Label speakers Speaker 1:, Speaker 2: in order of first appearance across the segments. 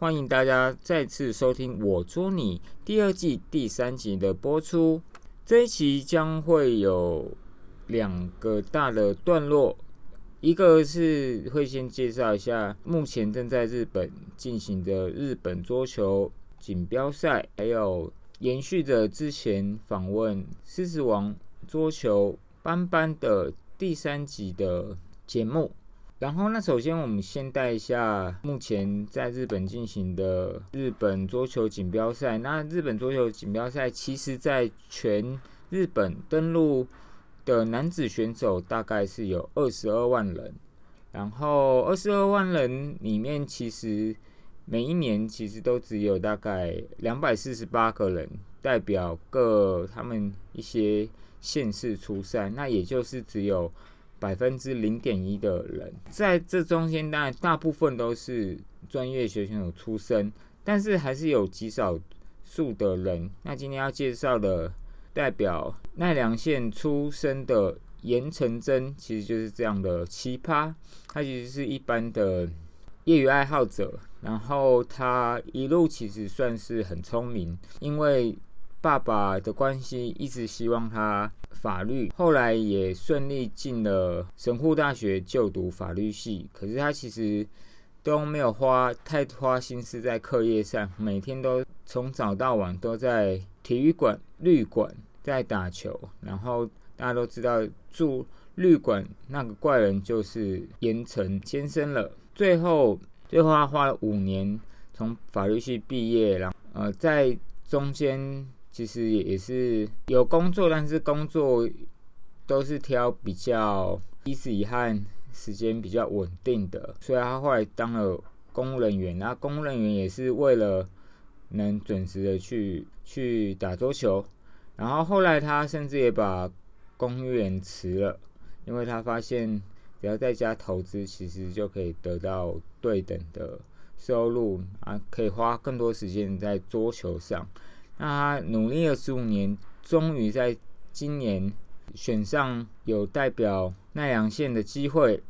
Speaker 1: 欢迎大家再次收听《我捉你》第二季第三集的播出。这一期将会有两个大的段落，一个是会先介绍一下目前正在日本进行的日本桌球锦标赛，还有延续着之前访问狮子王桌球班班的第三集的节目。然后，那首先我们先带一下目前在日本进行的日本桌球锦标赛。那日本桌球锦标赛其实在全日本登陆的男子选手大概是有二十二万人，然后二十二万人里面其实每一年其实都只有大概两百四十八个人代表各他们一些县市出赛，那也就是只有。百分之零点一的人，在这中间，当然大部分都是专业学选手出身，但是还是有极少数的人。那今天要介绍的代表奈良县出身的严成真，其实就是这样的奇葩。他其实是一般的业余爱好者，然后他一路其实算是很聪明，因为爸爸的关系，一直希望他。法律，后来也顺利进了神户大学就读法律系。可是他其实都没有花太花心思在课业上，每天都从早到晚都在体育馆、绿馆在打球。然后大家都知道住绿馆那个怪人就是岩城先生了。最后，最后他花了五年从法律系毕业，然后呃在中间。其实也是有工作，但是工作都是挑比较一是遗憾时间比较稳定的，所以他后来当了公务人员。那公务人员也是为了能准时的去去打桌球，然后后来他甚至也把公务员辞了，因为他发现只要在家投资，其实就可以得到对等的收入啊，可以花更多时间在桌球上。那他努力了十五年，终于在今年选上有代表奈良县的机会，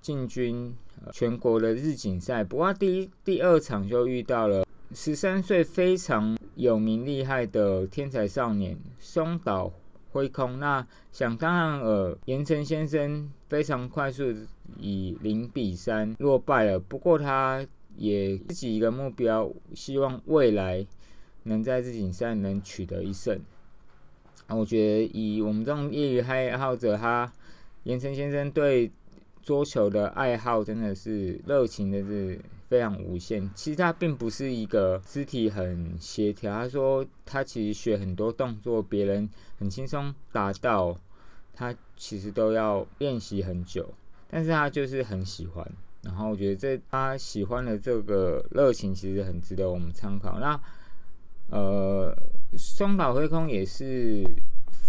Speaker 1: 进军、呃、全国的日锦赛。不过第一、第二场就遇到了十三岁非常有名厉害的天才少年松岛辉空。那想当然尔，岩城先生非常快速以零比三落败了。不过他也自己一个目标，希望未来。能在日锦赛能取得一胜，啊，我觉得以我们这种业余爱好者，他岩城先生对桌球的爱好真的是热情的是非常无限。其实他并不是一个肢体很协调，他说他其实学很多动作，别人很轻松达到，他其实都要练习很久，但是他就是很喜欢。然后我觉得这他喜欢的这个热情其实很值得我们参考。那。呃，松岛辉空也是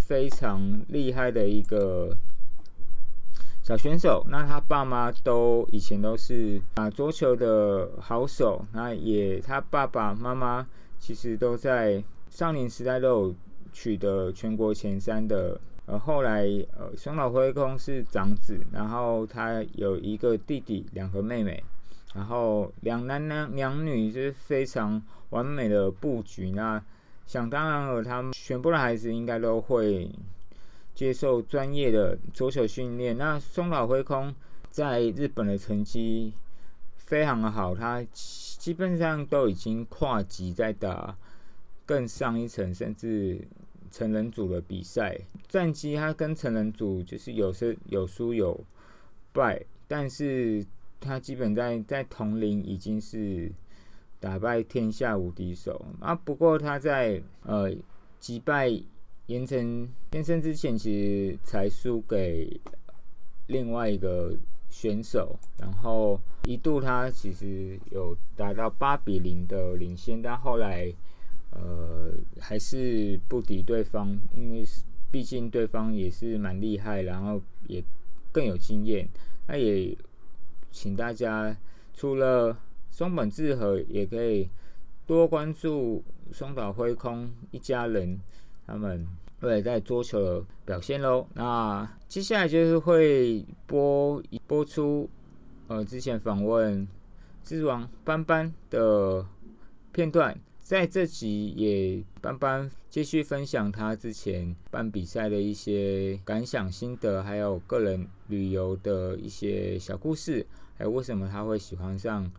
Speaker 1: 非常厉害的一个小选手。那他爸妈都以前都是啊桌球的好手，那也他爸爸妈妈其实都在少年时代都有取得全国前三的。呃，后来呃松岛辉空是长子，然后他有一个弟弟，两个妹妹。然后两男两两女就是非常完美的布局，那想当然了，他们全部的孩子应该都会接受专业的左手训练。那松岛辉空在日本的成绩非常的好，他基本上都已经跨级在打更上一层，甚至成人组的比赛战绩，他跟成人组就是有胜有输有败，但是。他基本在在同龄已经是打败天下无敌手啊！不过他在呃击败岩城先生之前，其实才输给另外一个选手，然后一度他其实有达到八比零的领先，但后来呃还是不敌对方，因为毕竟对方也是蛮厉害，然后也更有经验，那也。请大家除了松本智和，也可以多关注松岛辉空一家人他们未来在桌球的表现喽。那接下来就是会播播出呃之前访问蜘蛛王斑斑的片段。在这集也斑斑继续分享他之前办比赛的一些感想、心得，还有个人旅游的一些小故事，还有为什么他会喜欢上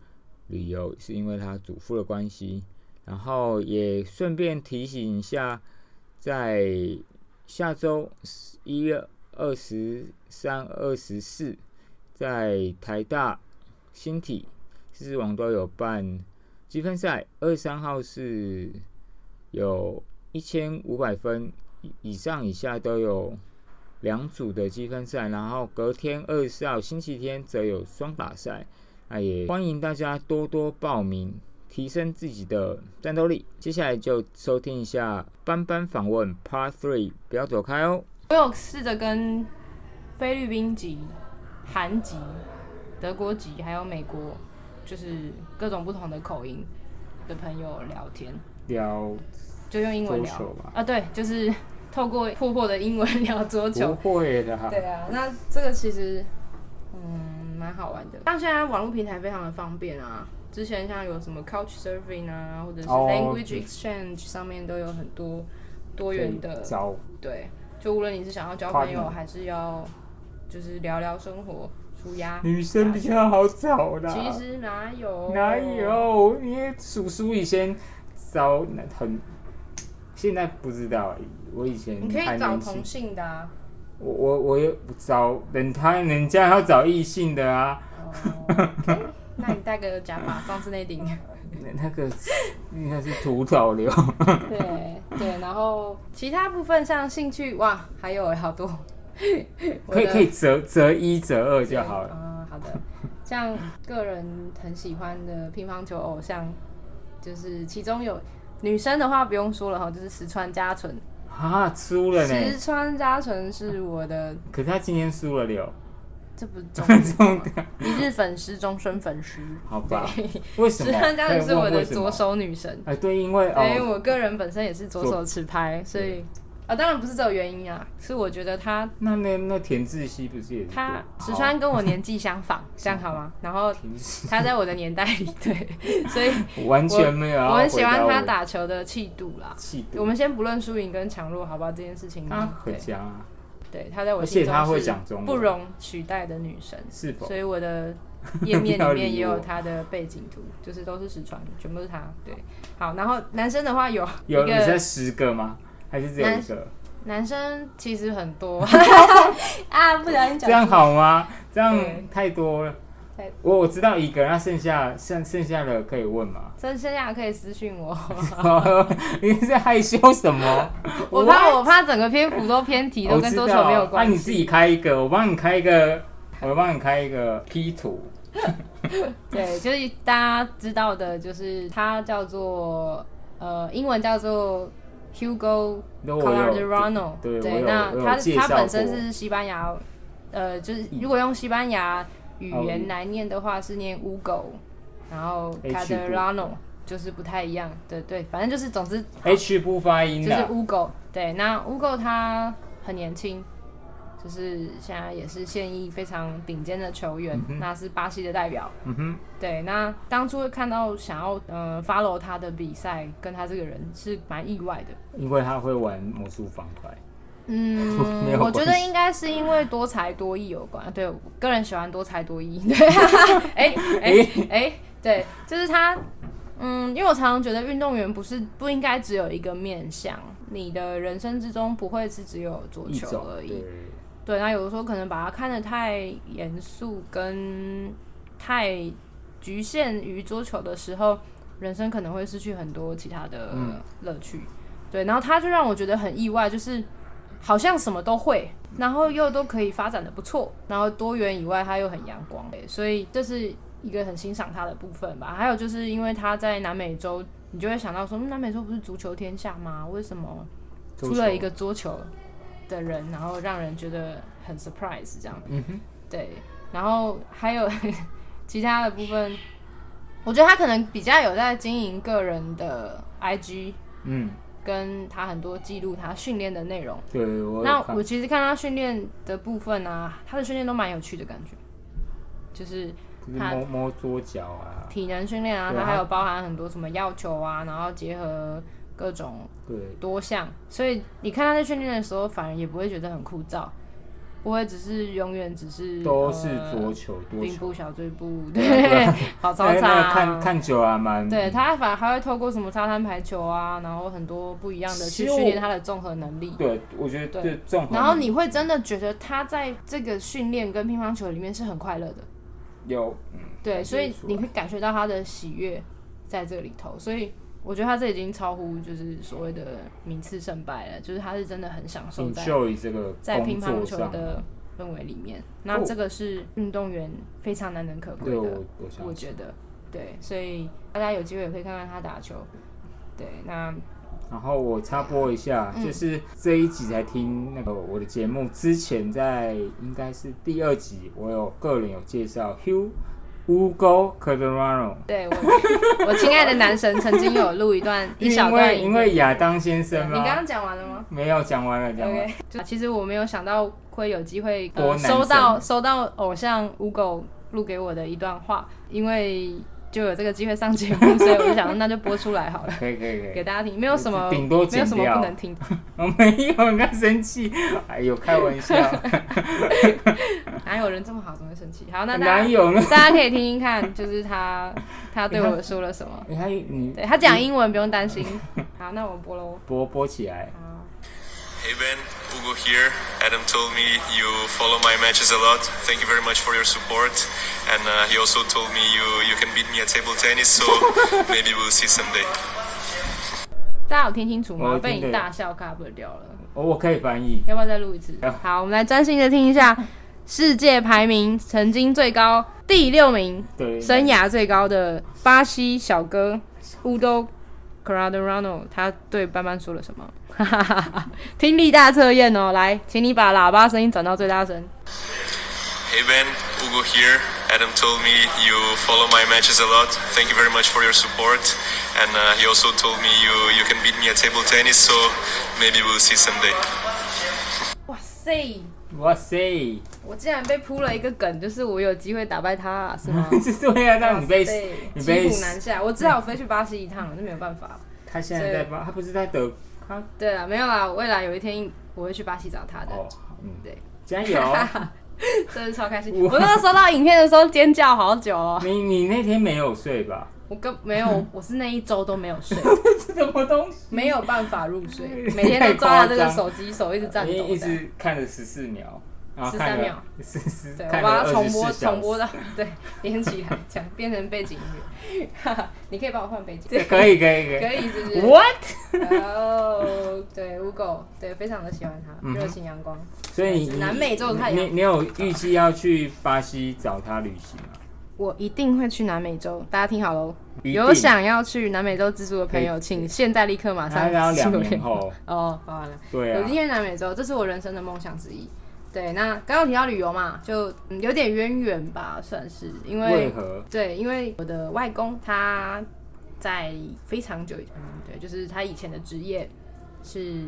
Speaker 1: 旅游，是因为他祖父的关系。然后也顺便提醒一下，在下周一月二十三、二十四，在台大新体狮子王都有办。积分赛二十三号是有一千五百分以上以下都有两组的积分赛，然后隔天二十四号星期天则有双打赛。那也欢迎大家多多报名，提升自己的战斗力。接下来就收听一下班班访问 Part Three，不要走开哦。
Speaker 2: 我有试着跟菲律宾籍、韩籍、德国籍还有美国，就是各种不同的口音的朋友聊天，
Speaker 1: 聊
Speaker 2: 就用英文聊
Speaker 1: 吧，
Speaker 2: 啊，对，就是透过破破的英文聊桌球。
Speaker 1: 会的哈
Speaker 2: 对啊，那这个其实嗯蛮好玩的。像现在网络平台非常的方便啊，之前像有什么 Couch Surfing 啊，或者是
Speaker 1: 哦
Speaker 2: Language Exchange 上面都有很多多元的
Speaker 1: 找
Speaker 2: 对，就无论你是想要交朋友，
Speaker 1: Partner
Speaker 2: 还是要就是聊聊生活、舒压，
Speaker 1: 女生比较好找的
Speaker 2: 其实哪有
Speaker 1: 哪？有？因为叔叔以前找很，现在不知道。我以前
Speaker 2: 你可
Speaker 1: 还
Speaker 2: 以找
Speaker 1: 年轻
Speaker 2: 同，性的啊。
Speaker 1: 我我我有找人，他人家要找异性的啊。
Speaker 2: 哦 OK，那你戴个假发，上次 那顶。
Speaker 1: 那那个应该是土草 流，
Speaker 2: 对对，然后其他部分像兴趣哇，还有欸好多。
Speaker 1: 可以可
Speaker 2: 以
Speaker 1: 以折折一折二就好了。
Speaker 2: 嗯，好的。像个人很喜欢的乒乓球偶像，就是其中有女生的话不用说了哈，就是石川佳纯。
Speaker 1: 啊，输了呢
Speaker 2: 石！川佳纯是我的，
Speaker 1: 可是他今天输了六，
Speaker 2: 这不是重 点
Speaker 1: 重
Speaker 2: 吗一日粉丝，终身粉丝。
Speaker 1: 好吧？为什么？
Speaker 2: 石川佳
Speaker 1: 可以
Speaker 2: 纯是我
Speaker 1: 问为
Speaker 2: 的
Speaker 1: 什么
Speaker 2: 左。手女神，
Speaker 1: 哎，对，因为
Speaker 2: 因为
Speaker 1: 哦，
Speaker 2: 我个人本身也是左手持拍，所以啊，当然不是这个原因啊，是我觉得她
Speaker 1: 那那那田志希不是也是
Speaker 2: 她
Speaker 1: 对
Speaker 2: 石川跟我年纪相仿，这样 好吗？然后
Speaker 1: 好哦田志希
Speaker 2: 她在我的年代里，对， 所以
Speaker 1: 完全没有要回答
Speaker 2: 我
Speaker 1: 我
Speaker 2: 很喜欢她打球的气度啦。
Speaker 1: 气度
Speaker 2: 我们先不论输赢跟强弱，好不好？这件事情，
Speaker 1: 他很
Speaker 2: 对
Speaker 1: 强啊，
Speaker 2: 对，她在我
Speaker 1: 而
Speaker 2: 心
Speaker 1: 且
Speaker 2: 中
Speaker 1: 他会
Speaker 2: 是
Speaker 1: 讲中文，
Speaker 2: 不容取代的女神。
Speaker 1: 是否
Speaker 2: 所以我的页面里面也
Speaker 1: 不要理
Speaker 2: 有
Speaker 1: 我
Speaker 2: 他的背景 图，就是都是实传，全部是他。对，好，然后男生的 话有
Speaker 1: 有
Speaker 2: 一
Speaker 1: 你在
Speaker 2: 个
Speaker 1: 十个吗？还是只有一个？
Speaker 2: 男生其实很 多啊，不小心
Speaker 1: 这样
Speaker 2: 讲出
Speaker 1: 好吗？这样
Speaker 2: 对
Speaker 1: 太多了
Speaker 2: 太。
Speaker 1: 我我知道一个，那剩下剩剩下的可以问 吗？
Speaker 2: 剩剩下的可以私信 我，
Speaker 1: 你在害羞什么？
Speaker 2: 我怕我怕整个篇幅都偏题，都
Speaker 1: 我
Speaker 2: 跟
Speaker 1: 知
Speaker 2: 桌
Speaker 1: 道，
Speaker 2: 球没有
Speaker 1: 那
Speaker 2: 关
Speaker 1: 啊你自
Speaker 2: 系。
Speaker 1: 己开一个，我帮你开一个，我帮你开一个 P 图。
Speaker 2: 对，就是大家知道的，就是他叫做呃，英文叫做 Hugo
Speaker 1: 那我有
Speaker 2: Calderano，
Speaker 1: 对
Speaker 2: 对，
Speaker 1: 我有
Speaker 2: 那
Speaker 1: 我有
Speaker 2: 他
Speaker 1: 介
Speaker 2: 他
Speaker 1: 绍
Speaker 2: 本身
Speaker 1: 过嗯
Speaker 2: 是西班牙，呃，就是如果用西班牙语
Speaker 1: 哦
Speaker 2: 言来念的话，是念 Ugo，然后
Speaker 1: H 不
Speaker 2: Caderano 就是不太一样的，对，反正就是总之
Speaker 1: H 不发
Speaker 2: 就
Speaker 1: 音
Speaker 2: 是
Speaker 1: 哎的，
Speaker 2: Ugo，对，那 Ugo 他很年轻。就是现在也是现役非常顶尖的球员，那是巴西的代表。
Speaker 1: 嗯哼，
Speaker 2: 对，那当初看到想要呃 follow 他的比赛，跟他这个人是蛮意外的。
Speaker 1: 因为他会玩魔术方块。 没有
Speaker 2: 嗯，我
Speaker 1: 关
Speaker 2: 觉得
Speaker 1: 系
Speaker 2: 应该是因为多才多艺有关。对我个人喜欢多才多艺。对，哎哎哎，对，就是他。嗯，因为我常常觉得运动员不是不应该只有一个面向，你的人生之中不会是只有桌
Speaker 1: 一
Speaker 2: 球
Speaker 1: 种
Speaker 2: 而已。
Speaker 1: 对，
Speaker 2: 对，那有的时候可能把它看得太严肃跟太局限于桌球的时候，人生可能会失去很多其他的
Speaker 1: 嗯
Speaker 2: 乐趣。对，然后他就让我觉得很意外，就是好像什么都会，然后又都可以发展的不错，然后多元以外他又很阳光，对所以这是一个很欣赏他的部分吧。还有就是因为他在南美洲，你就会想到说，嗯南美洲不是足球天下吗？为什么
Speaker 1: 桌
Speaker 2: 出了
Speaker 1: 球
Speaker 2: 一个桌球的人，然后让人觉得很 surprise 这样。
Speaker 1: 嗯哼，
Speaker 2: 对，然后还有 其他的部分，我觉得他可能比较有在经营个人的 IG，
Speaker 1: 嗯，
Speaker 2: 跟他很多记录他训练的内容。
Speaker 1: 对我有
Speaker 2: 那
Speaker 1: 看
Speaker 2: 我其实看他训练的部分啊，他的训练都蛮有趣的感觉，就是
Speaker 1: 就是
Speaker 2: 他
Speaker 1: 摸摸桌脚啊，
Speaker 2: 体能训练啊，
Speaker 1: 对啊
Speaker 2: 它还有包含很多什么要求啊，然后结合各种
Speaker 1: 对，
Speaker 2: 多项，所以你看他在训练的时候，反而也不会觉得很枯燥，不会只是永远只是
Speaker 1: 都是
Speaker 2: 呃
Speaker 1: 左球多啊
Speaker 2: 并
Speaker 1: 球。
Speaker 2: 步小碎步，对， 跑操
Speaker 1: 哎
Speaker 2: 场、
Speaker 1: 那看看久了蛮
Speaker 2: 啊对他反而还会透过什么沙滩排球啊，然后很多不一样的去
Speaker 1: 其实我
Speaker 2: 训练他的综合能力。
Speaker 1: 对，我觉得
Speaker 2: 对
Speaker 1: 这综合
Speaker 2: 然后你会真的觉得他在这个训练跟乒乓球里面是很快乐的，
Speaker 1: 有嗯
Speaker 2: 对，
Speaker 1: 感觉
Speaker 2: 所以
Speaker 1: 出来
Speaker 2: 你会感觉到他的喜悦在这里头。所以我觉得他这已经超乎就是所谓的名次胜败了，就是他是真的很享受在
Speaker 1: enjoy 这个
Speaker 2: 在乒
Speaker 1: 工
Speaker 2: 乓
Speaker 1: 作
Speaker 2: 球
Speaker 1: 上，
Speaker 2: 的氛围里面。那
Speaker 1: 哦
Speaker 2: 这个是运动员非常难能可贵
Speaker 1: 对
Speaker 2: 的。
Speaker 1: 我我想
Speaker 2: 我觉得，对，所以大家有机会也可以看看他打球。对，那
Speaker 1: 嗯然后我插播一下，
Speaker 2: 嗯
Speaker 1: 就是这一集才听那个我的节目，之前在应该是第二集，我有个人有介绍 Hugh Hugo c a d e r a n o
Speaker 2: 对我 我亲爱的男神曾经有录一段一小
Speaker 1: 因
Speaker 2: 段
Speaker 1: 为
Speaker 2: 影
Speaker 1: 因
Speaker 2: 片
Speaker 1: 为亚当先
Speaker 2: 对
Speaker 1: 生
Speaker 2: 你
Speaker 1: 嘛，
Speaker 2: 刚刚讲完了吗
Speaker 1: 没有讲完了，讲完了
Speaker 2: ？OK，就其实我没有想到会有机会、
Speaker 1: 多男
Speaker 2: 呃、收到
Speaker 1: 神
Speaker 2: 收到偶像五狗录给我的一段话，因为就有这个机会上节 目，所以我就想说那就播出来好了，
Speaker 1: 可以可以可以
Speaker 2: 给，大家听，没有什么
Speaker 1: 顶多
Speaker 2: 没
Speaker 1: 剪
Speaker 2: 有什么
Speaker 1: 掉
Speaker 2: 不能听。
Speaker 1: 我没有，你刚生气，哎呦，开玩笑，
Speaker 2: 哪有人这么好，怎么会生气？ 好，那大
Speaker 1: 哪
Speaker 2: 家
Speaker 1: 有呢？
Speaker 2: 大家可以听听看，就是他他对我说了什 么。
Speaker 1: 你还哎你
Speaker 2: 对他讲英文不用担心。好，那我们播喽。
Speaker 1: 播播起来，
Speaker 2: 好，
Speaker 3: Hey Ben, Hugo here. Adam told me you follow my matches a lot. Thank you very much for your support. And uh, he also told me you, you can beat me at table tennis, so maybe we'll see someday.
Speaker 2: 大家有听清楚
Speaker 1: 我
Speaker 2: 吗？
Speaker 1: 有听
Speaker 2: 被你
Speaker 1: 对
Speaker 2: 大笑 cover 掉了，
Speaker 1: 哦，我可以翻译，
Speaker 2: 要不要再录一次？好，我们来专心的听一下世界排名曾经最高第六名，
Speaker 1: 对，
Speaker 2: 生涯最高的巴西小哥 Udo c a r a d e r a n o 他对班班说了什么？哈哈哈哈听力大测验哦，来，请你把喇叭声音转到最大声。
Speaker 3: Hey Ben, Hugo here. Adam told me you follow my matches a lot. Thank you very much for your support. And uh, he also told me you, you can beat me at table tennis, so maybe we'll see someday.
Speaker 2: 哇塞！
Speaker 1: 哇塞，
Speaker 2: 我竟然被铺了一个梗，就是我有机会打败他、是 吗？
Speaker 1: 对啊，让你被
Speaker 2: 对
Speaker 1: 你
Speaker 2: 骑
Speaker 1: 被嗯
Speaker 2: 虎难下，我只好飞去巴西一趟了，那没有办法。
Speaker 1: 他现在在帮，他不是在德，他
Speaker 2: 对啊，没有啦，未来有一天我会去巴西找他的，
Speaker 1: 哦，嗯，
Speaker 2: 对，
Speaker 1: 加 油！
Speaker 2: 真的超开心。
Speaker 1: 哇
Speaker 2: 我那时候收到影片的时候尖叫好久哦，
Speaker 1: 你你那天没有睡吧？
Speaker 2: 我跟没有，我是那一周都没有 睡，
Speaker 1: 这什么东西？
Speaker 2: 没有办法入睡，每天都抓着这个手机手一直颤抖
Speaker 1: 你一
Speaker 2: 的。
Speaker 1: 直看了十四秒，然后
Speaker 2: 13
Speaker 1: 看
Speaker 2: 秒
Speaker 1: 了十四，
Speaker 2: 对，
Speaker 1: 看
Speaker 2: 我把
Speaker 1: 了
Speaker 2: 它重播
Speaker 1: 24小时
Speaker 2: 重播到对连起来，这样变成背景音乐。 你可以帮我换背景，
Speaker 1: 可以可以可
Speaker 2: 可
Speaker 1: 以。
Speaker 2: 以是不是？
Speaker 1: What？
Speaker 2: 哦，对，污狗，对，非常的喜欢他，
Speaker 1: 嗯哼
Speaker 2: 热情阳光。
Speaker 1: 所以你
Speaker 2: 南美洲的太阳
Speaker 1: 你你有预计要去巴西找他旅行吗？
Speaker 2: 我一定会去南美洲，大家听好喽！
Speaker 1: 一定
Speaker 2: 有想要去南美洲自助的朋友，
Speaker 1: 对
Speaker 2: 请现在立刻马
Speaker 1: 他
Speaker 2: 上
Speaker 1: 要
Speaker 2: 自
Speaker 1: 两
Speaker 2: 助
Speaker 1: 年后，
Speaker 2: 哦，好完了。
Speaker 1: 对
Speaker 2: 有
Speaker 1: 啊
Speaker 2: 一，天南美洲，这是我人生的梦想之一。对，那刚刚提到旅游嘛，就、嗯有点渊源吧，算是，因
Speaker 1: 为
Speaker 2: 为
Speaker 1: 何？
Speaker 2: 对，因为我的外公他在非常久以前，嗯对，就是他以前的职业是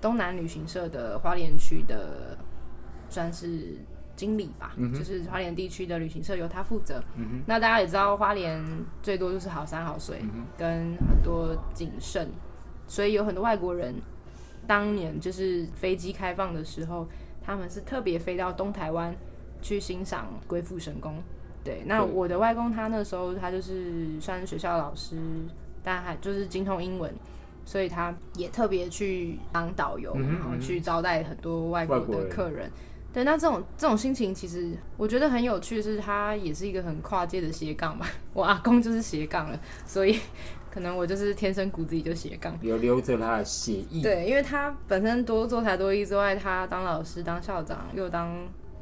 Speaker 2: 东南旅行社的花莲区的，算是经理吧，就是花莲地区的旅行社由他负责。那大家也知道，花莲最多就是好山好水，跟很多景胜，所以有很多外国人当年就是飞机开放的时候，他们是特别飞到东台湾去欣赏鬼斧神工。对，那
Speaker 1: 对
Speaker 2: 我的外公他那时候他就是算是学校老师，但还就是精通英文，所以他也特别去当导游，
Speaker 1: 嗯哼
Speaker 2: 然后去招待很多外国
Speaker 1: 外国
Speaker 2: 的
Speaker 1: 人
Speaker 2: 客人。对，那这种这种心情其实我觉得很有趣，是他也是一个很跨界的斜杠吧。我阿公就是斜杠了，所以可能我就是天生骨子里就斜杠。
Speaker 1: 有留着他的血意，
Speaker 2: 对，因为他本身多做才多艺之外，他当老师、当校长，又当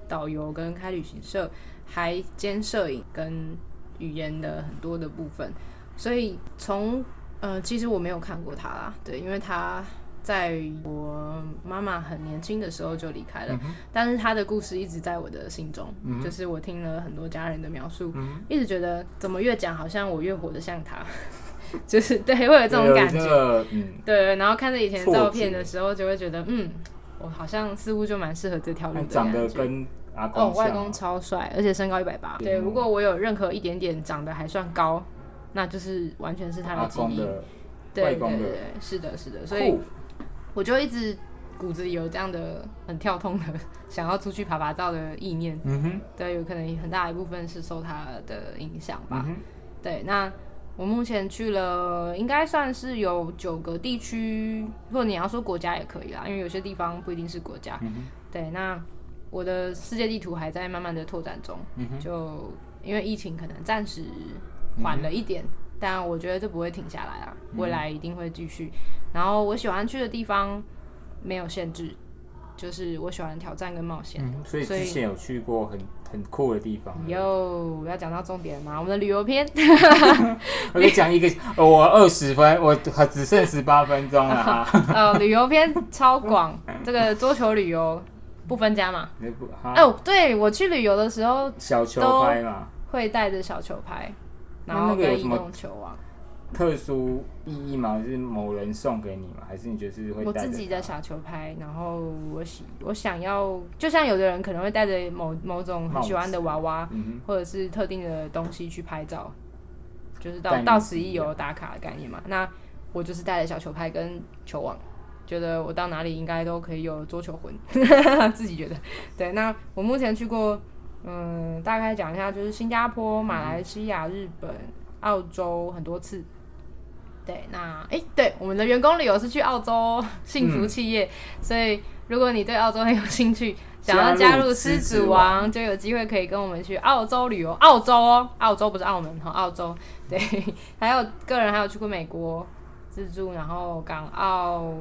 Speaker 2: 导游跟开旅行社，还兼摄影跟语言的很多的部分。所以从呃，其实我没有看过他啦，对，因为他在我妈妈很年轻的时候就离开
Speaker 1: 嗯
Speaker 2: 了，但是他的故事一直在我的心中，就是我听了很多家人的描述，
Speaker 1: 嗯
Speaker 2: 一直觉得怎么越讲好像我越活得像他， 就是对，会有这种
Speaker 1: 有
Speaker 2: 感觉。
Speaker 1: 这个嗯，
Speaker 2: 对，然后看着以前的
Speaker 1: 错
Speaker 2: 照片
Speaker 1: 觉
Speaker 2: 的时候，就会觉得，嗯，我好像似乎就蛮适合这条路
Speaker 1: 他
Speaker 2: 的
Speaker 1: 长得
Speaker 2: 感觉
Speaker 1: 跟啊阿公
Speaker 2: 哦，外
Speaker 1: 像
Speaker 2: 公超帅，而且身高一百八。对，如果我有任何一点点长得还算高，那就是完全是他
Speaker 1: 阿
Speaker 2: 的基
Speaker 1: 公
Speaker 2: 因。
Speaker 1: 的外
Speaker 2: 对对
Speaker 1: 公
Speaker 2: 对，
Speaker 1: 的
Speaker 2: 对是的，是的，所以
Speaker 1: 酷，
Speaker 2: 我就一直骨子里有这样的很跳通的想要出去爬爬照的意念。
Speaker 1: 嗯哼，
Speaker 2: 对，有可能很大一部分是受他的影响吧
Speaker 1: 嗯。哼，
Speaker 2: 对，那我目前去了，应该算是有九个地区，或者你要说国家也可以啦，因为有些地方不一定是国家。
Speaker 1: 嗯
Speaker 2: 对，那我的世界地图还在慢慢的拓展中，
Speaker 1: 嗯
Speaker 2: 就因为疫情可能暂时缓了一点，但我觉得这不会停下来啊，
Speaker 1: 嗯
Speaker 2: 未来一定会继续。然后我喜欢去的地方没有限制，就是我喜欢挑战跟冒险。
Speaker 1: 嗯，所以
Speaker 2: 所
Speaker 1: 之
Speaker 2: 以
Speaker 1: 前有去过很很酷的地方，
Speaker 2: 哟，要讲到重点吗？我们的旅游篇，
Speaker 1: 我就讲一个，哦我二十分，我只剩十八分钟了 啊！
Speaker 2: 呃，旅游篇超广，这个桌球旅游不分家嘛。
Speaker 1: 那不哈
Speaker 2: 哦，对我去旅游的时候
Speaker 1: 小球拍嘛，
Speaker 2: 会带着小球拍，
Speaker 1: 那
Speaker 2: 然后
Speaker 1: 那个有
Speaker 2: 跟
Speaker 1: 什
Speaker 2: 移
Speaker 1: 么
Speaker 2: 动球啊，
Speaker 1: 特殊意义嘛，是某人送给你嘛，还是你就是会
Speaker 2: 我
Speaker 1: 带
Speaker 2: 自
Speaker 1: 着
Speaker 2: 己
Speaker 1: 它
Speaker 2: 的小球拍，然后我喜我想要，就像有的人可能会带着某某种很喜欢的娃娃，
Speaker 1: 嗯
Speaker 2: 或者是特定的东西去拍照，就是
Speaker 1: 概
Speaker 2: 到
Speaker 1: 念
Speaker 2: 到
Speaker 1: 是
Speaker 2: 此
Speaker 1: 一
Speaker 2: 一游打卡的概念嘛。那我就是带了小球拍跟球网，觉得我到哪里应该都可以有桌球魂， 自己觉得。对，那我目前去过，嗯，大概讲一下，就是新加坡、马来西亚、日本、澳洲很多次。对，那诶，对，我们的员工旅游是去澳洲
Speaker 1: 嗯
Speaker 2: 幸福企业，所以如果你对澳洲很有 兴趣，想要
Speaker 1: 加
Speaker 2: 加
Speaker 1: 入
Speaker 2: 入
Speaker 1: 狮
Speaker 2: 狮
Speaker 1: 子
Speaker 2: 子
Speaker 1: 王
Speaker 2: 王，就有机会可以跟我们去澳洲旅游。澳洲哦，澳洲不是澳门哈，澳洲。对， 还有个人还有去过美国自助，然后港澳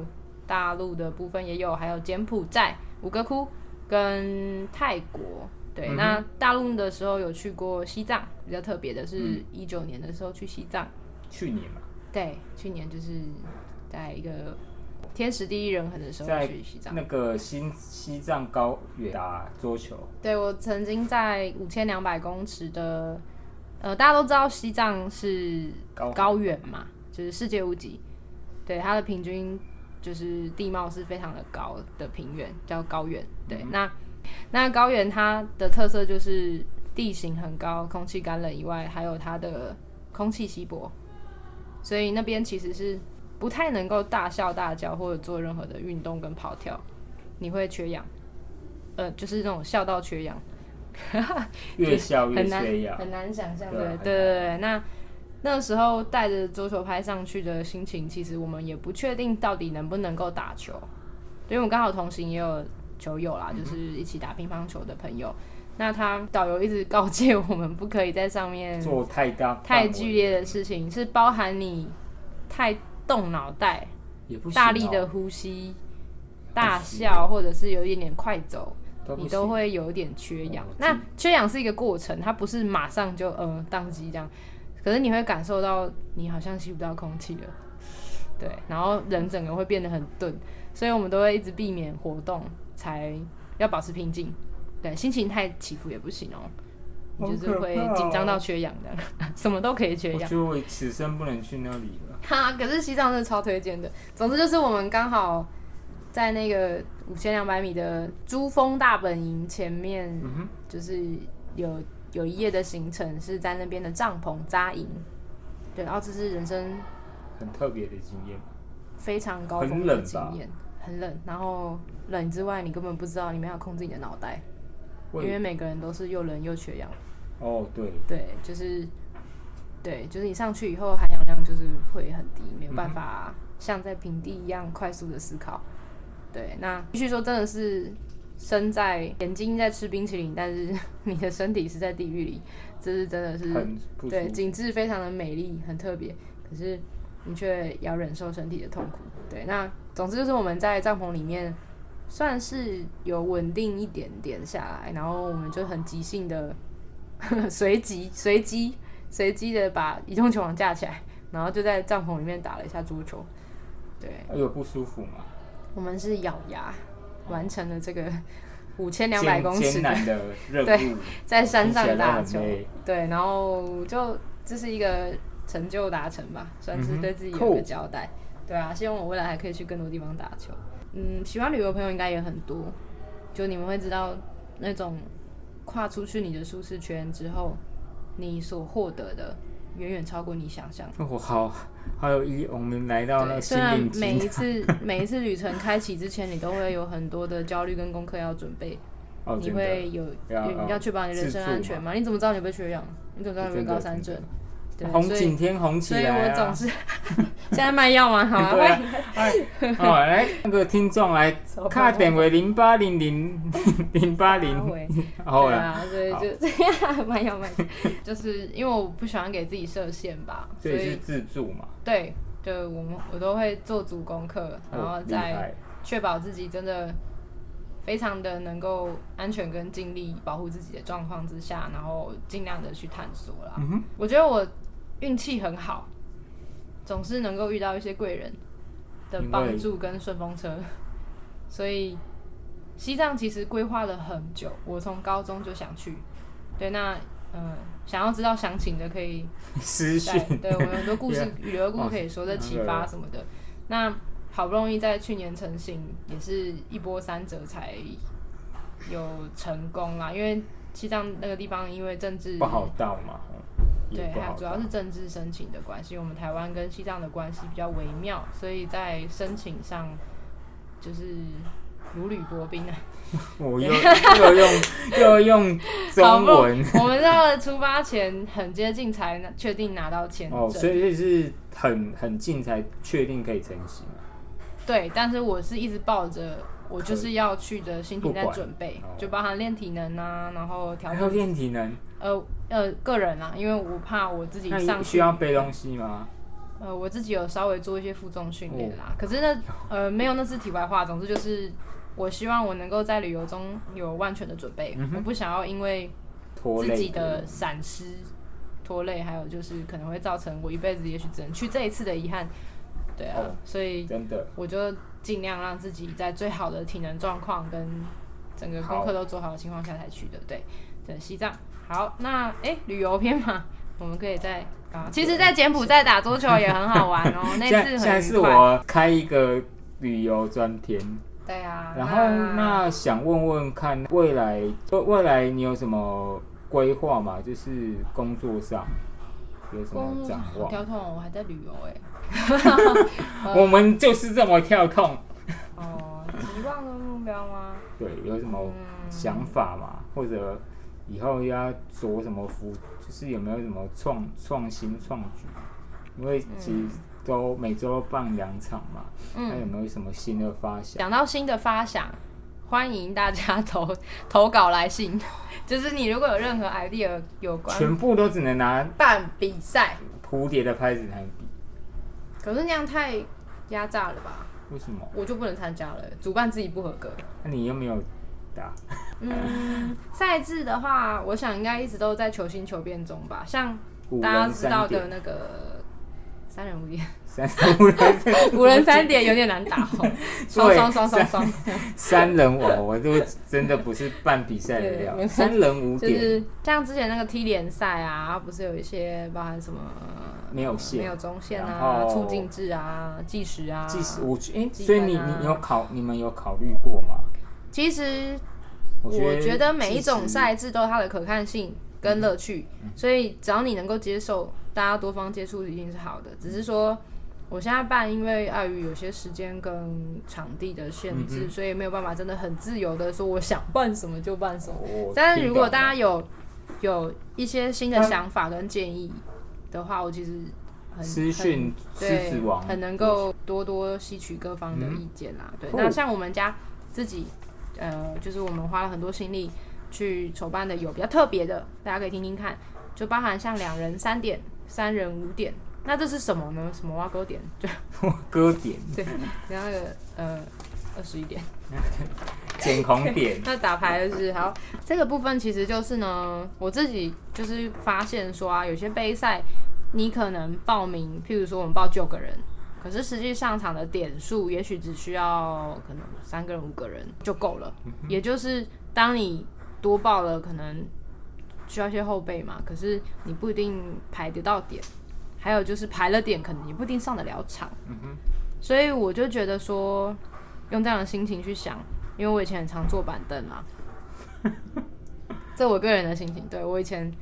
Speaker 2: 大陆的部分也有，还有柬埔寨、五个窟跟泰国。对，
Speaker 1: 嗯哼
Speaker 2: 那大陆的时候有去过西藏，比较特别的是
Speaker 1: 嗯，
Speaker 2: 一九年的时候去西藏。
Speaker 1: 去年嘛，
Speaker 2: 对，去年就是在一个天时地利人和的时候
Speaker 1: 在
Speaker 2: 去西藏。
Speaker 1: 那个新西藏高原打桌球，
Speaker 2: 对我曾经在五千两百公尺的，呃，大家都知道西藏是
Speaker 1: 高
Speaker 2: 高原嘛，就是世界屋脊，对它的平均就是地貌是非常的高的平原，叫高原。对，那那高原它的特色就是地形很高，空气干冷以外，还有它的空气稀薄，所以那边其实是不太能够大笑大叫或者做任何的运动跟跑跳，你会缺氧，呃，就是那种笑到缺氧。
Speaker 1: 越笑越
Speaker 2: 很难
Speaker 1: 缺氧，
Speaker 2: 很难想象
Speaker 1: 对啊
Speaker 2: 的
Speaker 1: 很。
Speaker 2: 对对对，那那时候带着桌球拍上去的心情，其实我们也不确定到底能不能够打球，因为我们刚好同行也有球友
Speaker 1: 嗯
Speaker 2: 啦，就是一起打乒乓球的朋友。那他导游一直告诫我们不可以在上面
Speaker 1: 做太大
Speaker 2: 太
Speaker 1: 范围
Speaker 2: 剧烈的事情，是包含你太动脑袋、
Speaker 1: 也不行哦
Speaker 2: 大力的呼吸、大
Speaker 1: 不行
Speaker 2: 笑，或者是有一点点快走。
Speaker 1: 都不
Speaker 2: 你
Speaker 1: 行
Speaker 2: 都会有一点缺氧
Speaker 1: 哦。
Speaker 2: 那
Speaker 1: 这
Speaker 2: 缺氧是一个过程，它不是马上就呃宕机这样，可是你会感受到你好像吸不到空气了，对，然后人整个会变得很钝，所以我们都会一直避免活动，才要保持平静。对，心情太起伏也不行哦，你就是会紧张到缺氧的， 什么都可以缺
Speaker 1: 哦我
Speaker 2: 氧
Speaker 1: 觉。得我此生不能去那里了。
Speaker 2: 哈，可是西藏真的超推荐的。总之就是我们刚好在那个五千两百米的珠峰大本营前面，
Speaker 1: 嗯哼
Speaker 2: 就是有有一夜的行程是在那边的帐篷扎营。对，然后这是人生
Speaker 1: 很特别的经验，
Speaker 2: 非常高
Speaker 1: 很
Speaker 2: 峰
Speaker 1: 冷
Speaker 2: 的
Speaker 1: 吧
Speaker 2: 经验，很冷。然后冷之外，你根本不知道你们要控制你的脑袋，因
Speaker 1: 我也
Speaker 2: 为每个人都是又冷又缺氧。
Speaker 1: 哦对，
Speaker 2: 对，就是对，就是你上去以后含氧量就是会很低，没有办法像在平地一样快速的思考。对，那必须说真的是身在眼睛在吃冰淇淋，但是 你的身体是在地狱里，这是真的是
Speaker 1: 很不舒
Speaker 2: 嗯对
Speaker 1: 服。
Speaker 2: 景致非常的美丽，很特别，可是你却要忍受身体的痛苦。对，那总之就是我们在帐篷里面。算是有稳定一点点下来，然后我们就很即兴的随即随机随机的把移动球网架起来，然后就在帐篷里面打了一下桌球。对，
Speaker 1: 哎有不舒服吗？
Speaker 2: 我们是咬牙完成了这个五千两百
Speaker 1: 艰
Speaker 2: 公尺
Speaker 1: 艰
Speaker 2: 的
Speaker 1: 难的任务
Speaker 2: 对，在山上的打
Speaker 1: 听起
Speaker 2: 球
Speaker 1: 来都很累。
Speaker 2: 对，然后就这是一个成就达成吧，算
Speaker 1: 嗯
Speaker 2: 是
Speaker 1: 哼
Speaker 2: 对自己有一个
Speaker 1: cool
Speaker 2: 交代。对啊，希望我未来还可以去更多地方打球。嗯，喜欢旅游的朋友应该也很多，就你们会知道那种跨出去你的舒适圈之后，你所获得的远远超过你想象。
Speaker 1: 我哦好好有意义，我们来到那
Speaker 2: 对，
Speaker 1: 个
Speaker 2: 虽
Speaker 1: 心
Speaker 2: 然
Speaker 1: 灵
Speaker 2: 每一
Speaker 1: 鸡汤
Speaker 2: 次每一次旅程开启之前，你都会有很多的焦虑跟功课要准备，
Speaker 1: 哦，
Speaker 2: 你
Speaker 1: 真
Speaker 2: 会
Speaker 1: 的
Speaker 2: 有
Speaker 1: 要
Speaker 2: 有要确保你人
Speaker 1: 自
Speaker 2: 身
Speaker 1: 助
Speaker 2: 安全嘛？你怎么知道你有没有缺氧？你怎么知道你有没
Speaker 1: 真
Speaker 2: 有
Speaker 1: 的
Speaker 2: 高山
Speaker 1: 真
Speaker 2: 症
Speaker 1: 的？
Speaker 2: 对，
Speaker 1: 红
Speaker 2: 所
Speaker 1: 景
Speaker 2: 以
Speaker 1: 天红起
Speaker 2: 所以
Speaker 1: 来
Speaker 2: 我
Speaker 1: 啊！
Speaker 2: 总是 现在卖药吗？好啊，
Speaker 1: 对啊
Speaker 2: 欢迎
Speaker 1: 哎， 哦，来那个听众来
Speaker 2: 走吧
Speaker 1: 卡电话零八零零 零八
Speaker 2: 阿
Speaker 1: 零，
Speaker 2: 伟
Speaker 1: 好
Speaker 2: 对
Speaker 1: 啦，
Speaker 2: 啊，所以就这 样蛮有蛮，就是因为我不喜欢给自己设限吧，所
Speaker 1: 所以是
Speaker 2: 以
Speaker 1: 自助嘛，
Speaker 2: 对对，我们我都会做足功课，然后
Speaker 1: 哦厉
Speaker 2: 再
Speaker 1: 害，
Speaker 2: 确保自己真的非常的能够安全跟尽力保护自己的状况之下，然后尽量的去探索啦。
Speaker 1: 嗯哼，
Speaker 2: 我觉得我运气很好，总是能够遇到一些贵人的帮助跟顺风车， 所以西藏其实规划了很久，我从高中就想去。对，那嗯、呃想要知道详情的可以
Speaker 1: 私
Speaker 2: 在
Speaker 1: 讯
Speaker 2: 对我有很多故事
Speaker 1: Yeah，
Speaker 2: 旅游故事可以说在
Speaker 1: 哦
Speaker 2: 启发什么的。那好不容易在去年成型，也是一波三折才有成功啦，因为西藏那个地方因为政 治
Speaker 1: 不好到嘛，哦也
Speaker 2: 对，
Speaker 1: 不
Speaker 2: 还有
Speaker 1: 好
Speaker 2: 主要
Speaker 1: 到
Speaker 2: 是政治申请的关系，我们台湾跟西藏的关系比较微妙，所以在申请上就是如履薄冰啊。
Speaker 1: 我又 又用又用中文
Speaker 2: 我们到了出发前很接近才拿确定拿到签证，
Speaker 1: 哦，所以是很很近才确定可以成型啊，
Speaker 2: 对，但是我是一直抱着我就是要去的心情在
Speaker 1: 不管
Speaker 2: 准备
Speaker 1: 哦，
Speaker 2: 就包含练体能啊，然后调
Speaker 1: 还有
Speaker 2: 整
Speaker 1: 练体能，
Speaker 2: 呃呃个人啊，因为我怕我自己
Speaker 1: 那
Speaker 2: 上
Speaker 1: 你
Speaker 2: 去
Speaker 1: 需要背东西吗？
Speaker 2: 呃，我自己有稍微做一些负重训练
Speaker 1: 哦
Speaker 2: 啦，可是那呃没有，那是题外话。总之就是，我希望我能够在旅游中有万全的准备，
Speaker 1: 嗯
Speaker 2: 我不想要因为
Speaker 1: 拖
Speaker 2: 自
Speaker 1: 累
Speaker 2: 己的闪失拖累，还有就是可能会造成我一辈子也许只能去这一次的遗憾。对啊，
Speaker 1: 哦
Speaker 2: 所以
Speaker 1: 真的
Speaker 2: 我就尽量让自己在最好的体能状况跟整个功课都做好的情况下才去的。对，对，西藏。好，那哎、诶旅游篇嘛，我们可以再啊，其实，在柬埔寨打桌球也很好玩哦、那
Speaker 1: 现
Speaker 2: 次
Speaker 1: 在现在
Speaker 2: 很愉快。
Speaker 1: 是我开一个旅游专篇，
Speaker 2: 对啊，
Speaker 1: 然后那想问问看未来未未来你有什么规划吗？就是工作上有什
Speaker 2: 公
Speaker 1: 么
Speaker 2: 路
Speaker 1: 展
Speaker 2: 好
Speaker 1: 望？
Speaker 2: 跳痛哦，我还在旅游哎、
Speaker 1: 我们就是这么跳痛，
Speaker 2: 哦，期望的目标吗？
Speaker 1: 对，有什
Speaker 2: 嗯
Speaker 1: 么想法吗？或者以后要着什么服，就是有没有什么创创新创举？因为其实都每周办两场嘛，那有
Speaker 2: 嗯，
Speaker 1: 没有什么新的发想？
Speaker 2: 讲到新的发想，欢迎大家 投投稿来信， 就是你如果有任何 idea 有关
Speaker 1: 全部都只能拿
Speaker 2: 办比赛，
Speaker 1: 蝴蝶的拍子来比，
Speaker 2: 可是那样太压榨了吧？
Speaker 1: 为什么？
Speaker 2: 我就不能参加了，主办自己不合格。
Speaker 1: 那你又没有打？
Speaker 2: 嗯，赛制的话，我想应该一直都在求新求变中吧。像
Speaker 1: 五
Speaker 2: 大家
Speaker 1: 人
Speaker 2: 知道
Speaker 1: 三
Speaker 2: 的
Speaker 1: 点，
Speaker 2: 那个三人五点，
Speaker 1: 三五人三
Speaker 2: 五人三点有点难打 哦，双双双双双，
Speaker 1: 三人我我就真的不是办比赛的
Speaker 2: 对没
Speaker 1: 料，三人五
Speaker 2: 就
Speaker 1: 点、
Speaker 2: 是像之前那个 T 联赛啊，不是有一些包含什么
Speaker 1: 没有
Speaker 2: 没
Speaker 1: 限
Speaker 2: 有，中线啊
Speaker 1: 然、后
Speaker 2: 促进制啊、计时啊，
Speaker 1: 即使我哎、
Speaker 2: 积
Speaker 1: 所以
Speaker 2: 分
Speaker 1: 你
Speaker 2: 啊
Speaker 1: 你有考你们有考虑过吗？
Speaker 2: 其实
Speaker 1: 我
Speaker 2: 我觉
Speaker 1: 觉
Speaker 2: 得每一种
Speaker 1: 其实
Speaker 2: 赛制都有它的可看性跟乐趣，
Speaker 1: 嗯
Speaker 2: 所以只要你能够接受，大家多方接触一定是好的。只是说我现在办，因为碍于有些时间跟场地的限
Speaker 1: 嗯
Speaker 2: 制，所以没有办法真的很自由的说我想办什么就办什么。
Speaker 1: 我
Speaker 2: 但是如果大家
Speaker 1: 家
Speaker 2: 有有一些新的想法跟建议的话，我其实很
Speaker 1: 私讯狮
Speaker 2: 对，
Speaker 1: 子王嗯
Speaker 2: 很能够多多吸取各方的意见啦。对，
Speaker 1: Cool
Speaker 2: 那像我们家自己，呃，就是我们花了很多心力去筹办的，有比较特别的，大家可以听听看，就包含像两人三点、三人五点。那这是什么呢？什么挖沟点？就
Speaker 1: 歌点
Speaker 2: 然后那个呃二十一点。
Speaker 1: 减空点
Speaker 2: 那打牌就是好，这个部分其实就是呢，我自己就是发现说啊，有些杯赛你可能报名，譬如说我们报九个人，可是实际上场的点数也许只需要可能三个人、五个人就够了。也就是当你多报了，可能需要一些后备嘛，可是你不一定排得到点，还有就是排了点，可能也不一定上得了场。所以我就觉得说， 用这样的心情去想，因为我以前很常坐板凳嘛，这我个人的心情。对我以前，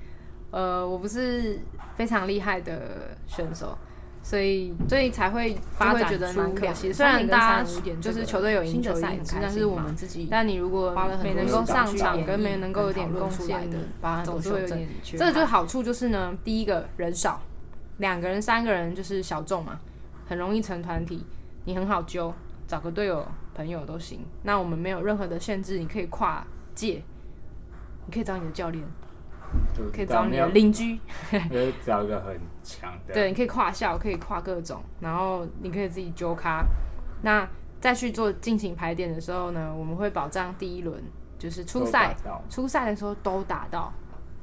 Speaker 2: 呃，我不是非常厉害的选手，所以所以才会发
Speaker 4: 发展
Speaker 2: 展觉得蛮可惜。
Speaker 4: 出
Speaker 2: 虽然
Speaker 4: 两
Speaker 2: 大
Speaker 4: 三零跟三五
Speaker 2: 家
Speaker 4: 点
Speaker 2: 就
Speaker 4: 这
Speaker 2: 是
Speaker 4: 个
Speaker 2: 球队有赢
Speaker 4: 新的
Speaker 2: 球
Speaker 4: 赛
Speaker 2: 赢，
Speaker 4: 开
Speaker 2: 但
Speaker 4: 始
Speaker 2: 是我
Speaker 4: 嘛
Speaker 2: 们自己，但你如果
Speaker 4: 花了很
Speaker 2: 没
Speaker 4: 多
Speaker 2: 能
Speaker 4: 时
Speaker 2: 够
Speaker 4: 间
Speaker 2: 上
Speaker 4: 去
Speaker 2: 场
Speaker 4: 演
Speaker 2: 跟没
Speaker 4: 绎
Speaker 2: 能够有
Speaker 4: 跟
Speaker 2: 点
Speaker 4: 讨论
Speaker 2: 贡
Speaker 4: 出来
Speaker 2: 献
Speaker 4: 的
Speaker 2: 吧，
Speaker 4: 总
Speaker 2: 总
Speaker 4: 是
Speaker 2: 是
Speaker 4: 有
Speaker 2: 会有
Speaker 4: 正
Speaker 2: 点
Speaker 4: 确
Speaker 2: 啊这个就是
Speaker 4: 吧
Speaker 2: 好处就是呢，第一个人少，两个人、三个人就是小众嘛，很容易成团体，你很好揪，找个队友、朋友都行。那我们没有任何的限制，你可以跨界，你可以找你的教练，
Speaker 1: 就
Speaker 2: 可以
Speaker 1: 找
Speaker 2: 找
Speaker 1: 没
Speaker 2: 你
Speaker 1: 有
Speaker 2: 的邻居，
Speaker 1: 有找一个很强的，
Speaker 2: 对，你可以跨校，可以跨各种，然后你可以自己揪咖。那再去做进行排点的时候呢，我们会保障第一轮就是初赛
Speaker 1: 都打到，
Speaker 2: 初赛的时候都打到，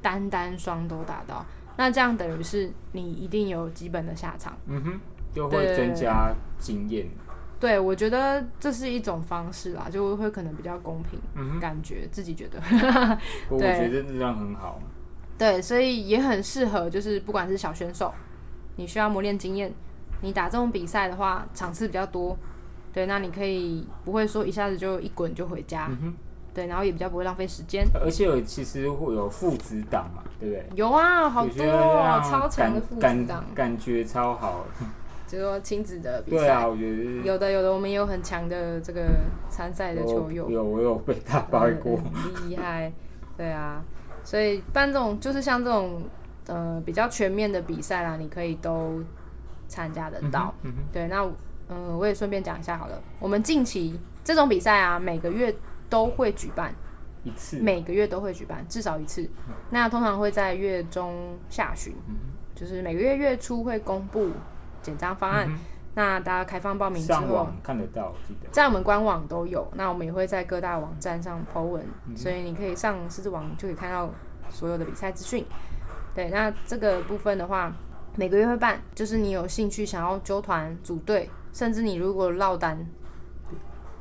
Speaker 2: 单单双都打到。那这样等于是你一定有基本的下场。
Speaker 1: 嗯哼，就
Speaker 2: 对
Speaker 1: 会
Speaker 2: 对对
Speaker 1: 增加经验。
Speaker 2: 对，我觉得这是一种方式啦，就会可能比较公平，
Speaker 1: 嗯哼
Speaker 2: 感觉自己觉得。
Speaker 1: 不过我
Speaker 2: 对
Speaker 1: 觉得这样很好，
Speaker 2: 对，所以也很适合，就是不管是小选手，你需要磨练经验，你打这种比赛的话，场次比较多，对，那你可以不会说一下子就一滚就回家，
Speaker 1: 嗯哼
Speaker 2: 对，然后也比较不会浪费时间。
Speaker 1: 而且有其实会有父子档嘛，对不对？
Speaker 2: 有啊，好
Speaker 1: 我觉
Speaker 2: 多、
Speaker 1: 得
Speaker 2: 哦、
Speaker 1: 让
Speaker 2: 超强
Speaker 1: 感
Speaker 2: 的父子档
Speaker 1: 感，感觉超好。
Speaker 2: 就是说亲子的比
Speaker 1: 对
Speaker 2: 赛，
Speaker 1: 啊，我觉得
Speaker 2: 有的有的，我们也有很强的这个参赛的球
Speaker 1: 有
Speaker 2: 友，
Speaker 1: 有我有被打败哦过，
Speaker 2: 嗯厉害，对啊，所以办这种就是像这种呃比较全面的比赛啦，你可以都参加得到。
Speaker 1: 嗯哼
Speaker 2: 对，那嗯、呃我也顺便讲一下好了，我们近期这种比赛啊，每个月都会举办，
Speaker 1: 一次
Speaker 2: 每个月都会举办至少一次。那通常会在月中下旬，
Speaker 1: 嗯
Speaker 2: 就是每个月月初会公布简章方案。那大家开放报名之
Speaker 1: 嗯上
Speaker 2: 后
Speaker 1: 网，看得到，我记得。
Speaker 2: 在我们官网都有，那我们也会在各大网站上 po 文，所以你可以上狮子网就可以看到所有的比赛资讯。对，那这个部分的话，每个月会办，就是你有兴趣想要揪团组队，甚至你如果落单，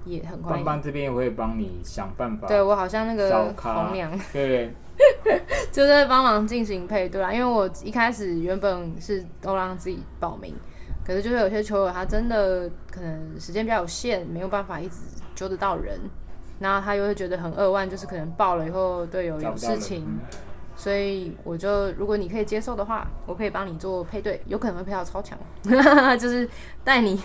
Speaker 2: 也很欢
Speaker 1: 邦邦
Speaker 2: 迎。
Speaker 1: 这边也会帮你想办法，
Speaker 2: 对我好像那
Speaker 1: 找
Speaker 2: 个
Speaker 1: 咖
Speaker 2: 红娘，
Speaker 1: 对，
Speaker 2: 就在帮忙进行配对啦。啊因为我一开始原本是都让自己报名，可是就是有些球友他真的可能时间比较有限，没有办法一直揪得到人，然后他又会觉得很扼腕，就是可能报了以后队友
Speaker 1: 找
Speaker 2: 有
Speaker 1: 不到嗯
Speaker 2: 事
Speaker 1: 人
Speaker 2: 情，所以我就如果你可以接受的话，我可以帮你做配对，有可能会配到超强， 就是带你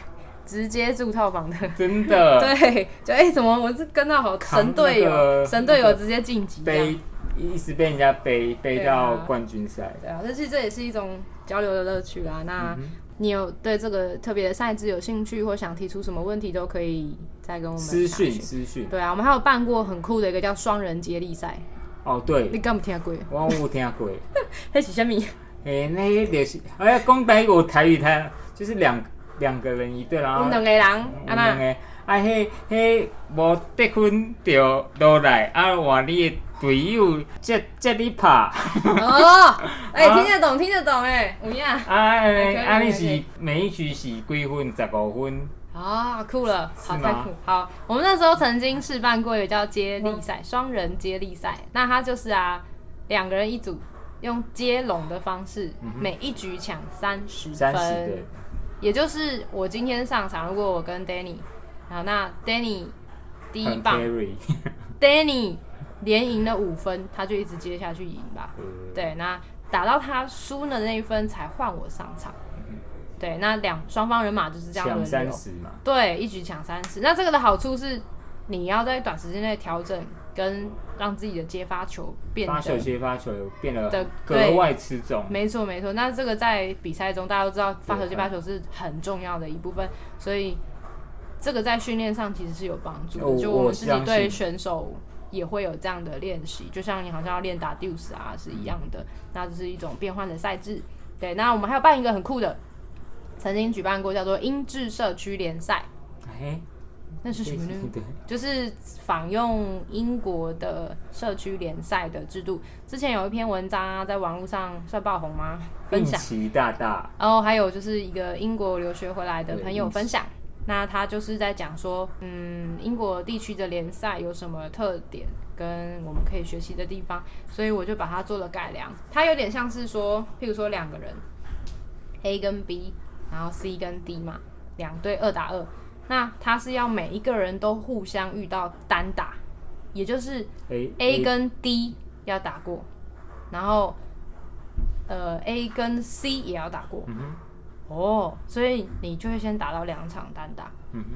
Speaker 2: 直接住套房的。
Speaker 1: 真的
Speaker 2: 对，就哎、怎么我是跟到好神队友，
Speaker 1: 扛那个
Speaker 2: 神队友直接晋级这样
Speaker 1: 背一直被人家背背
Speaker 2: 对啊
Speaker 1: 到冠军赛，嗯
Speaker 2: 对啊，这其实这也是一种交流的乐趣啦。那你有对这个特别的赛制有兴趣，或想提出什么问题，都可以再跟我们
Speaker 1: 私
Speaker 2: 讯
Speaker 1: 讯。私讯
Speaker 2: 对啊，我们还有办过很酷的一个叫双人接力赛，
Speaker 1: 哦，
Speaker 2: 你
Speaker 1: 对，
Speaker 2: 根本听过？
Speaker 1: 我有听过，
Speaker 2: 那是什么？
Speaker 1: 诶，那就是哎，讲台语我台语他就是两两个人一队，然
Speaker 2: 我
Speaker 1: 后
Speaker 2: 们两个人，啊
Speaker 1: 两
Speaker 2: 那
Speaker 1: 个，啊，迄迄无得分就落来，啊，换你的队友接接你拍，
Speaker 2: 哦，哎，
Speaker 1: 啊
Speaker 2: 听得懂，听得懂，哎，五样，
Speaker 1: 啊， 安尼
Speaker 2: 还可以
Speaker 1: 啊，你
Speaker 2: 还可
Speaker 1: 是
Speaker 2: 以
Speaker 1: 每一局是几分？十五分，
Speaker 2: 啊，酷了，好
Speaker 1: 是
Speaker 2: 太
Speaker 1: 吗
Speaker 2: 酷，好，我们那时候曾经试办过一个叫接力赛，双人接力赛，那它就是啊，两个人一组，用接龙的方式，
Speaker 1: 嗯
Speaker 2: 每一局抢三十
Speaker 1: 三十
Speaker 2: 分
Speaker 1: 对，，
Speaker 2: 也就是我今天上场，如果我跟 Danny，好，那 Danny 第一
Speaker 1: 很
Speaker 2: 棒
Speaker 1: carry，
Speaker 2: ，Danny 连赢了五分，他就一直接下去赢吧，对，那打到他输的那一分才换我上场，
Speaker 1: 嗯
Speaker 2: 对，那两双方人马就是这样
Speaker 1: 抢
Speaker 2: 轮
Speaker 1: 三
Speaker 2: 流。
Speaker 1: 十嘛，
Speaker 2: 对，一局抢三次。那这个的好处是，你要在短时间内调整，跟让自己的接发球变
Speaker 1: 发球
Speaker 2: 得。
Speaker 1: 接发球变得
Speaker 2: 的
Speaker 1: 格外吃重，
Speaker 2: 没错没错，那这个在比赛中大家都知道，发球接发球是很重要的一部分，所以这个在训练上其实是有帮助
Speaker 1: 我
Speaker 2: 的。就我
Speaker 1: 哦我
Speaker 2: 们自己
Speaker 1: 相
Speaker 2: 对
Speaker 1: 信
Speaker 2: 选手也会有这样的练习，就像你好像要练打 deuce 啊是一样的，那这是一种变换的赛制。对，那我们还有办一个很酷的，曾经举办过叫做英制社区联赛，
Speaker 1: 哎，
Speaker 2: 那是什么呢？
Speaker 1: 对，
Speaker 2: 就是仿用英国的社区联赛的制度。之前有一篇文章、啊、在网络上算爆红吗？
Speaker 1: 运
Speaker 2: 分享，
Speaker 1: 气大大，
Speaker 2: 然后还有就是一个英国留学回来的
Speaker 1: 对
Speaker 2: 朋
Speaker 1: 运
Speaker 2: 友
Speaker 1: 气
Speaker 2: 分享，那他就是在讲说，嗯，英国地区的联赛有什么特点，跟我们可以学习的地方，所以我就把它做了改良。它有点像是说，譬如说两个人，A 跟 B，然后 C 跟 D 嘛，两队二打二，那他是要每一个人都互相遇到单打，也就是
Speaker 1: A
Speaker 2: A 跟 D 要打过，然后呃 A 跟 C 也要打过。
Speaker 1: 嗯哼，
Speaker 2: 哦，所以你就会先打到两场单打。
Speaker 1: 嗯哼，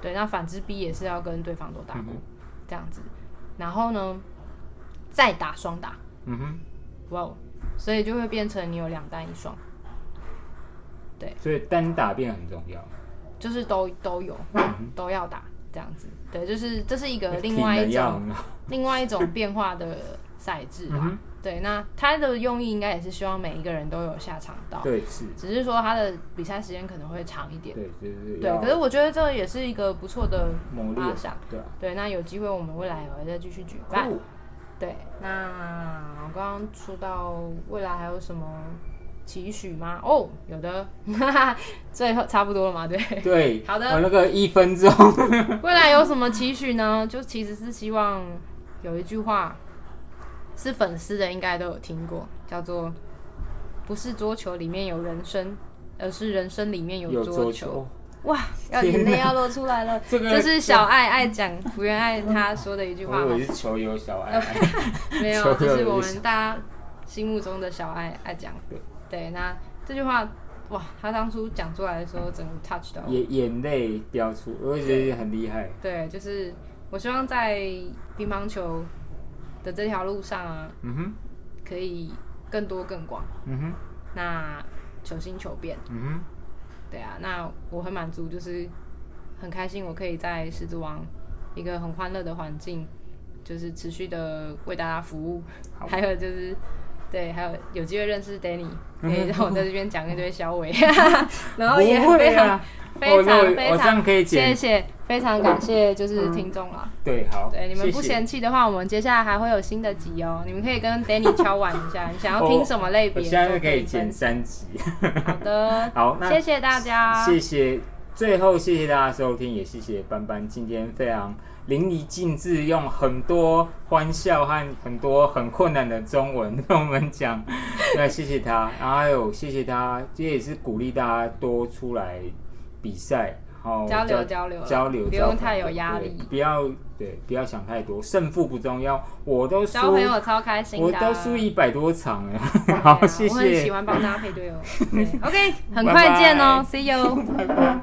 Speaker 2: 对，那反之 B 也是要跟对方都打
Speaker 1: 嗯
Speaker 2: 过
Speaker 1: 哼，
Speaker 2: 这样子，然后呢再打双打，
Speaker 1: 嗯哼。
Speaker 2: 哇哦，所以就会变成你有两单一双，
Speaker 1: 所以单打变很重要。
Speaker 2: 就是都都有
Speaker 1: 嗯
Speaker 2: 都要打这样子，对，就是这是一个另
Speaker 1: 体
Speaker 2: 外
Speaker 1: 能
Speaker 2: 一
Speaker 1: 要
Speaker 2: 种
Speaker 1: 很好
Speaker 2: 另外一种变化的赛制啊
Speaker 1: 嗯
Speaker 2: 啦。
Speaker 1: 哼
Speaker 2: 对，那它的用意应该也是希望每一个人都有下场到，
Speaker 1: 对，是，
Speaker 2: 只是说它的比赛时间可能会长一点。
Speaker 1: 对，就是
Speaker 2: 对，
Speaker 1: 要
Speaker 2: 可是我觉得这也是一个不错的
Speaker 1: 猛烈
Speaker 2: 发想。，
Speaker 1: 对啊，哦
Speaker 2: 对，那有机会我们未来也会再继续举办。
Speaker 1: 酷
Speaker 2: 对，那我刚刚说到未来还有什么期许吗？哦，有的， 最后差不多了嘛，对。
Speaker 1: 对，
Speaker 2: 好的
Speaker 1: 我那个一分钟，
Speaker 2: 未来有什么期许呢？就其实是希望有一句话是粉丝的应该都有听过，叫做“不是桌球里面有人生，而是人生里面 有
Speaker 1: 有
Speaker 2: 桌
Speaker 1: 桌
Speaker 2: 球”
Speaker 1: 球，
Speaker 2: 哇，要
Speaker 1: 天
Speaker 2: 眼泪
Speaker 1: 哪
Speaker 2: 要落出来了。
Speaker 1: 这个
Speaker 2: 这是小爱爱讲福原爱她说的一 句
Speaker 1: 我
Speaker 2: 话
Speaker 1: 以
Speaker 2: 吗
Speaker 1: 为？是球友小爱，
Speaker 2: 没有，
Speaker 1: 球
Speaker 2: 就
Speaker 1: 友
Speaker 2: 是我
Speaker 1: 意思
Speaker 2: 们大家心目中的小爱爱讲。
Speaker 1: 对
Speaker 2: 对，那这句话，哇，他当初讲出来的时候，整个 touch 到 我。
Speaker 1: 眼眼泪飙出，我觉得很厉害。
Speaker 2: 对，就是我希望在乒乓球的这条路上啊，
Speaker 1: 嗯哼，
Speaker 2: 可以更多更广。
Speaker 1: 嗯哼，
Speaker 2: 那求新求变，
Speaker 1: 嗯
Speaker 2: 对啊，那我很满足，就是很开心，我可以在狮子王一个很欢乐的环境，就是持续的为大家服务，
Speaker 1: 好
Speaker 2: 还有就是。对，还有有机会认 识 Danny，
Speaker 1: 嗯
Speaker 2: 也让我在这边讲一堆小 伟，然
Speaker 1: 哼，
Speaker 2: 后也
Speaker 1: 不会
Speaker 2: 非常、
Speaker 1: 啊，
Speaker 2: 非
Speaker 1: 我
Speaker 2: 常
Speaker 1: 我
Speaker 2: 非
Speaker 1: 我这样
Speaker 2: 常
Speaker 1: 可以
Speaker 2: 谢
Speaker 1: 剪，
Speaker 2: 谢，非常感谢就是听众啊啦。
Speaker 1: 对，好，
Speaker 2: 对，你们不
Speaker 1: 谢谢
Speaker 2: 嫌弃的话，我们接下来还会有新的集哦。你们可以跟 Danny 敲碗一下，你想要听什么类
Speaker 1: 哦我
Speaker 2: 别，
Speaker 1: 下
Speaker 2: 都
Speaker 1: 次可以剪
Speaker 2: 分享。
Speaker 1: 三集。
Speaker 2: 好的，
Speaker 1: 好，那
Speaker 2: 谢谢大家，
Speaker 1: 谢谢，最后谢谢大家收听，也谢谢班班今天非常淋漓尽致，用很多欢笑和很多很困难的中文 跟我们讲，那谢谢他，然后还有谢谢他，这也是鼓励大家多出来比赛。然后
Speaker 2: 交流
Speaker 1: 交
Speaker 2: 交流啦
Speaker 1: 交流，
Speaker 2: 不
Speaker 1: 交
Speaker 2: 用太
Speaker 1: 朋
Speaker 2: 有
Speaker 1: 友
Speaker 2: 压
Speaker 1: 对
Speaker 2: 力
Speaker 1: 不要对，不要想太多，胜负不重要，我都输，
Speaker 2: 交朋友超开心
Speaker 1: 我
Speaker 2: 的啊，
Speaker 1: 都输一百多场了。
Speaker 2: 对啊，
Speaker 1: 好，谢
Speaker 2: 我很喜
Speaker 1: 谢，
Speaker 2: 欢帮大家配对哦。对 OK，很
Speaker 1: 拜
Speaker 2: 快见
Speaker 1: 拜
Speaker 2: 哦，See you。
Speaker 1: 拜拜。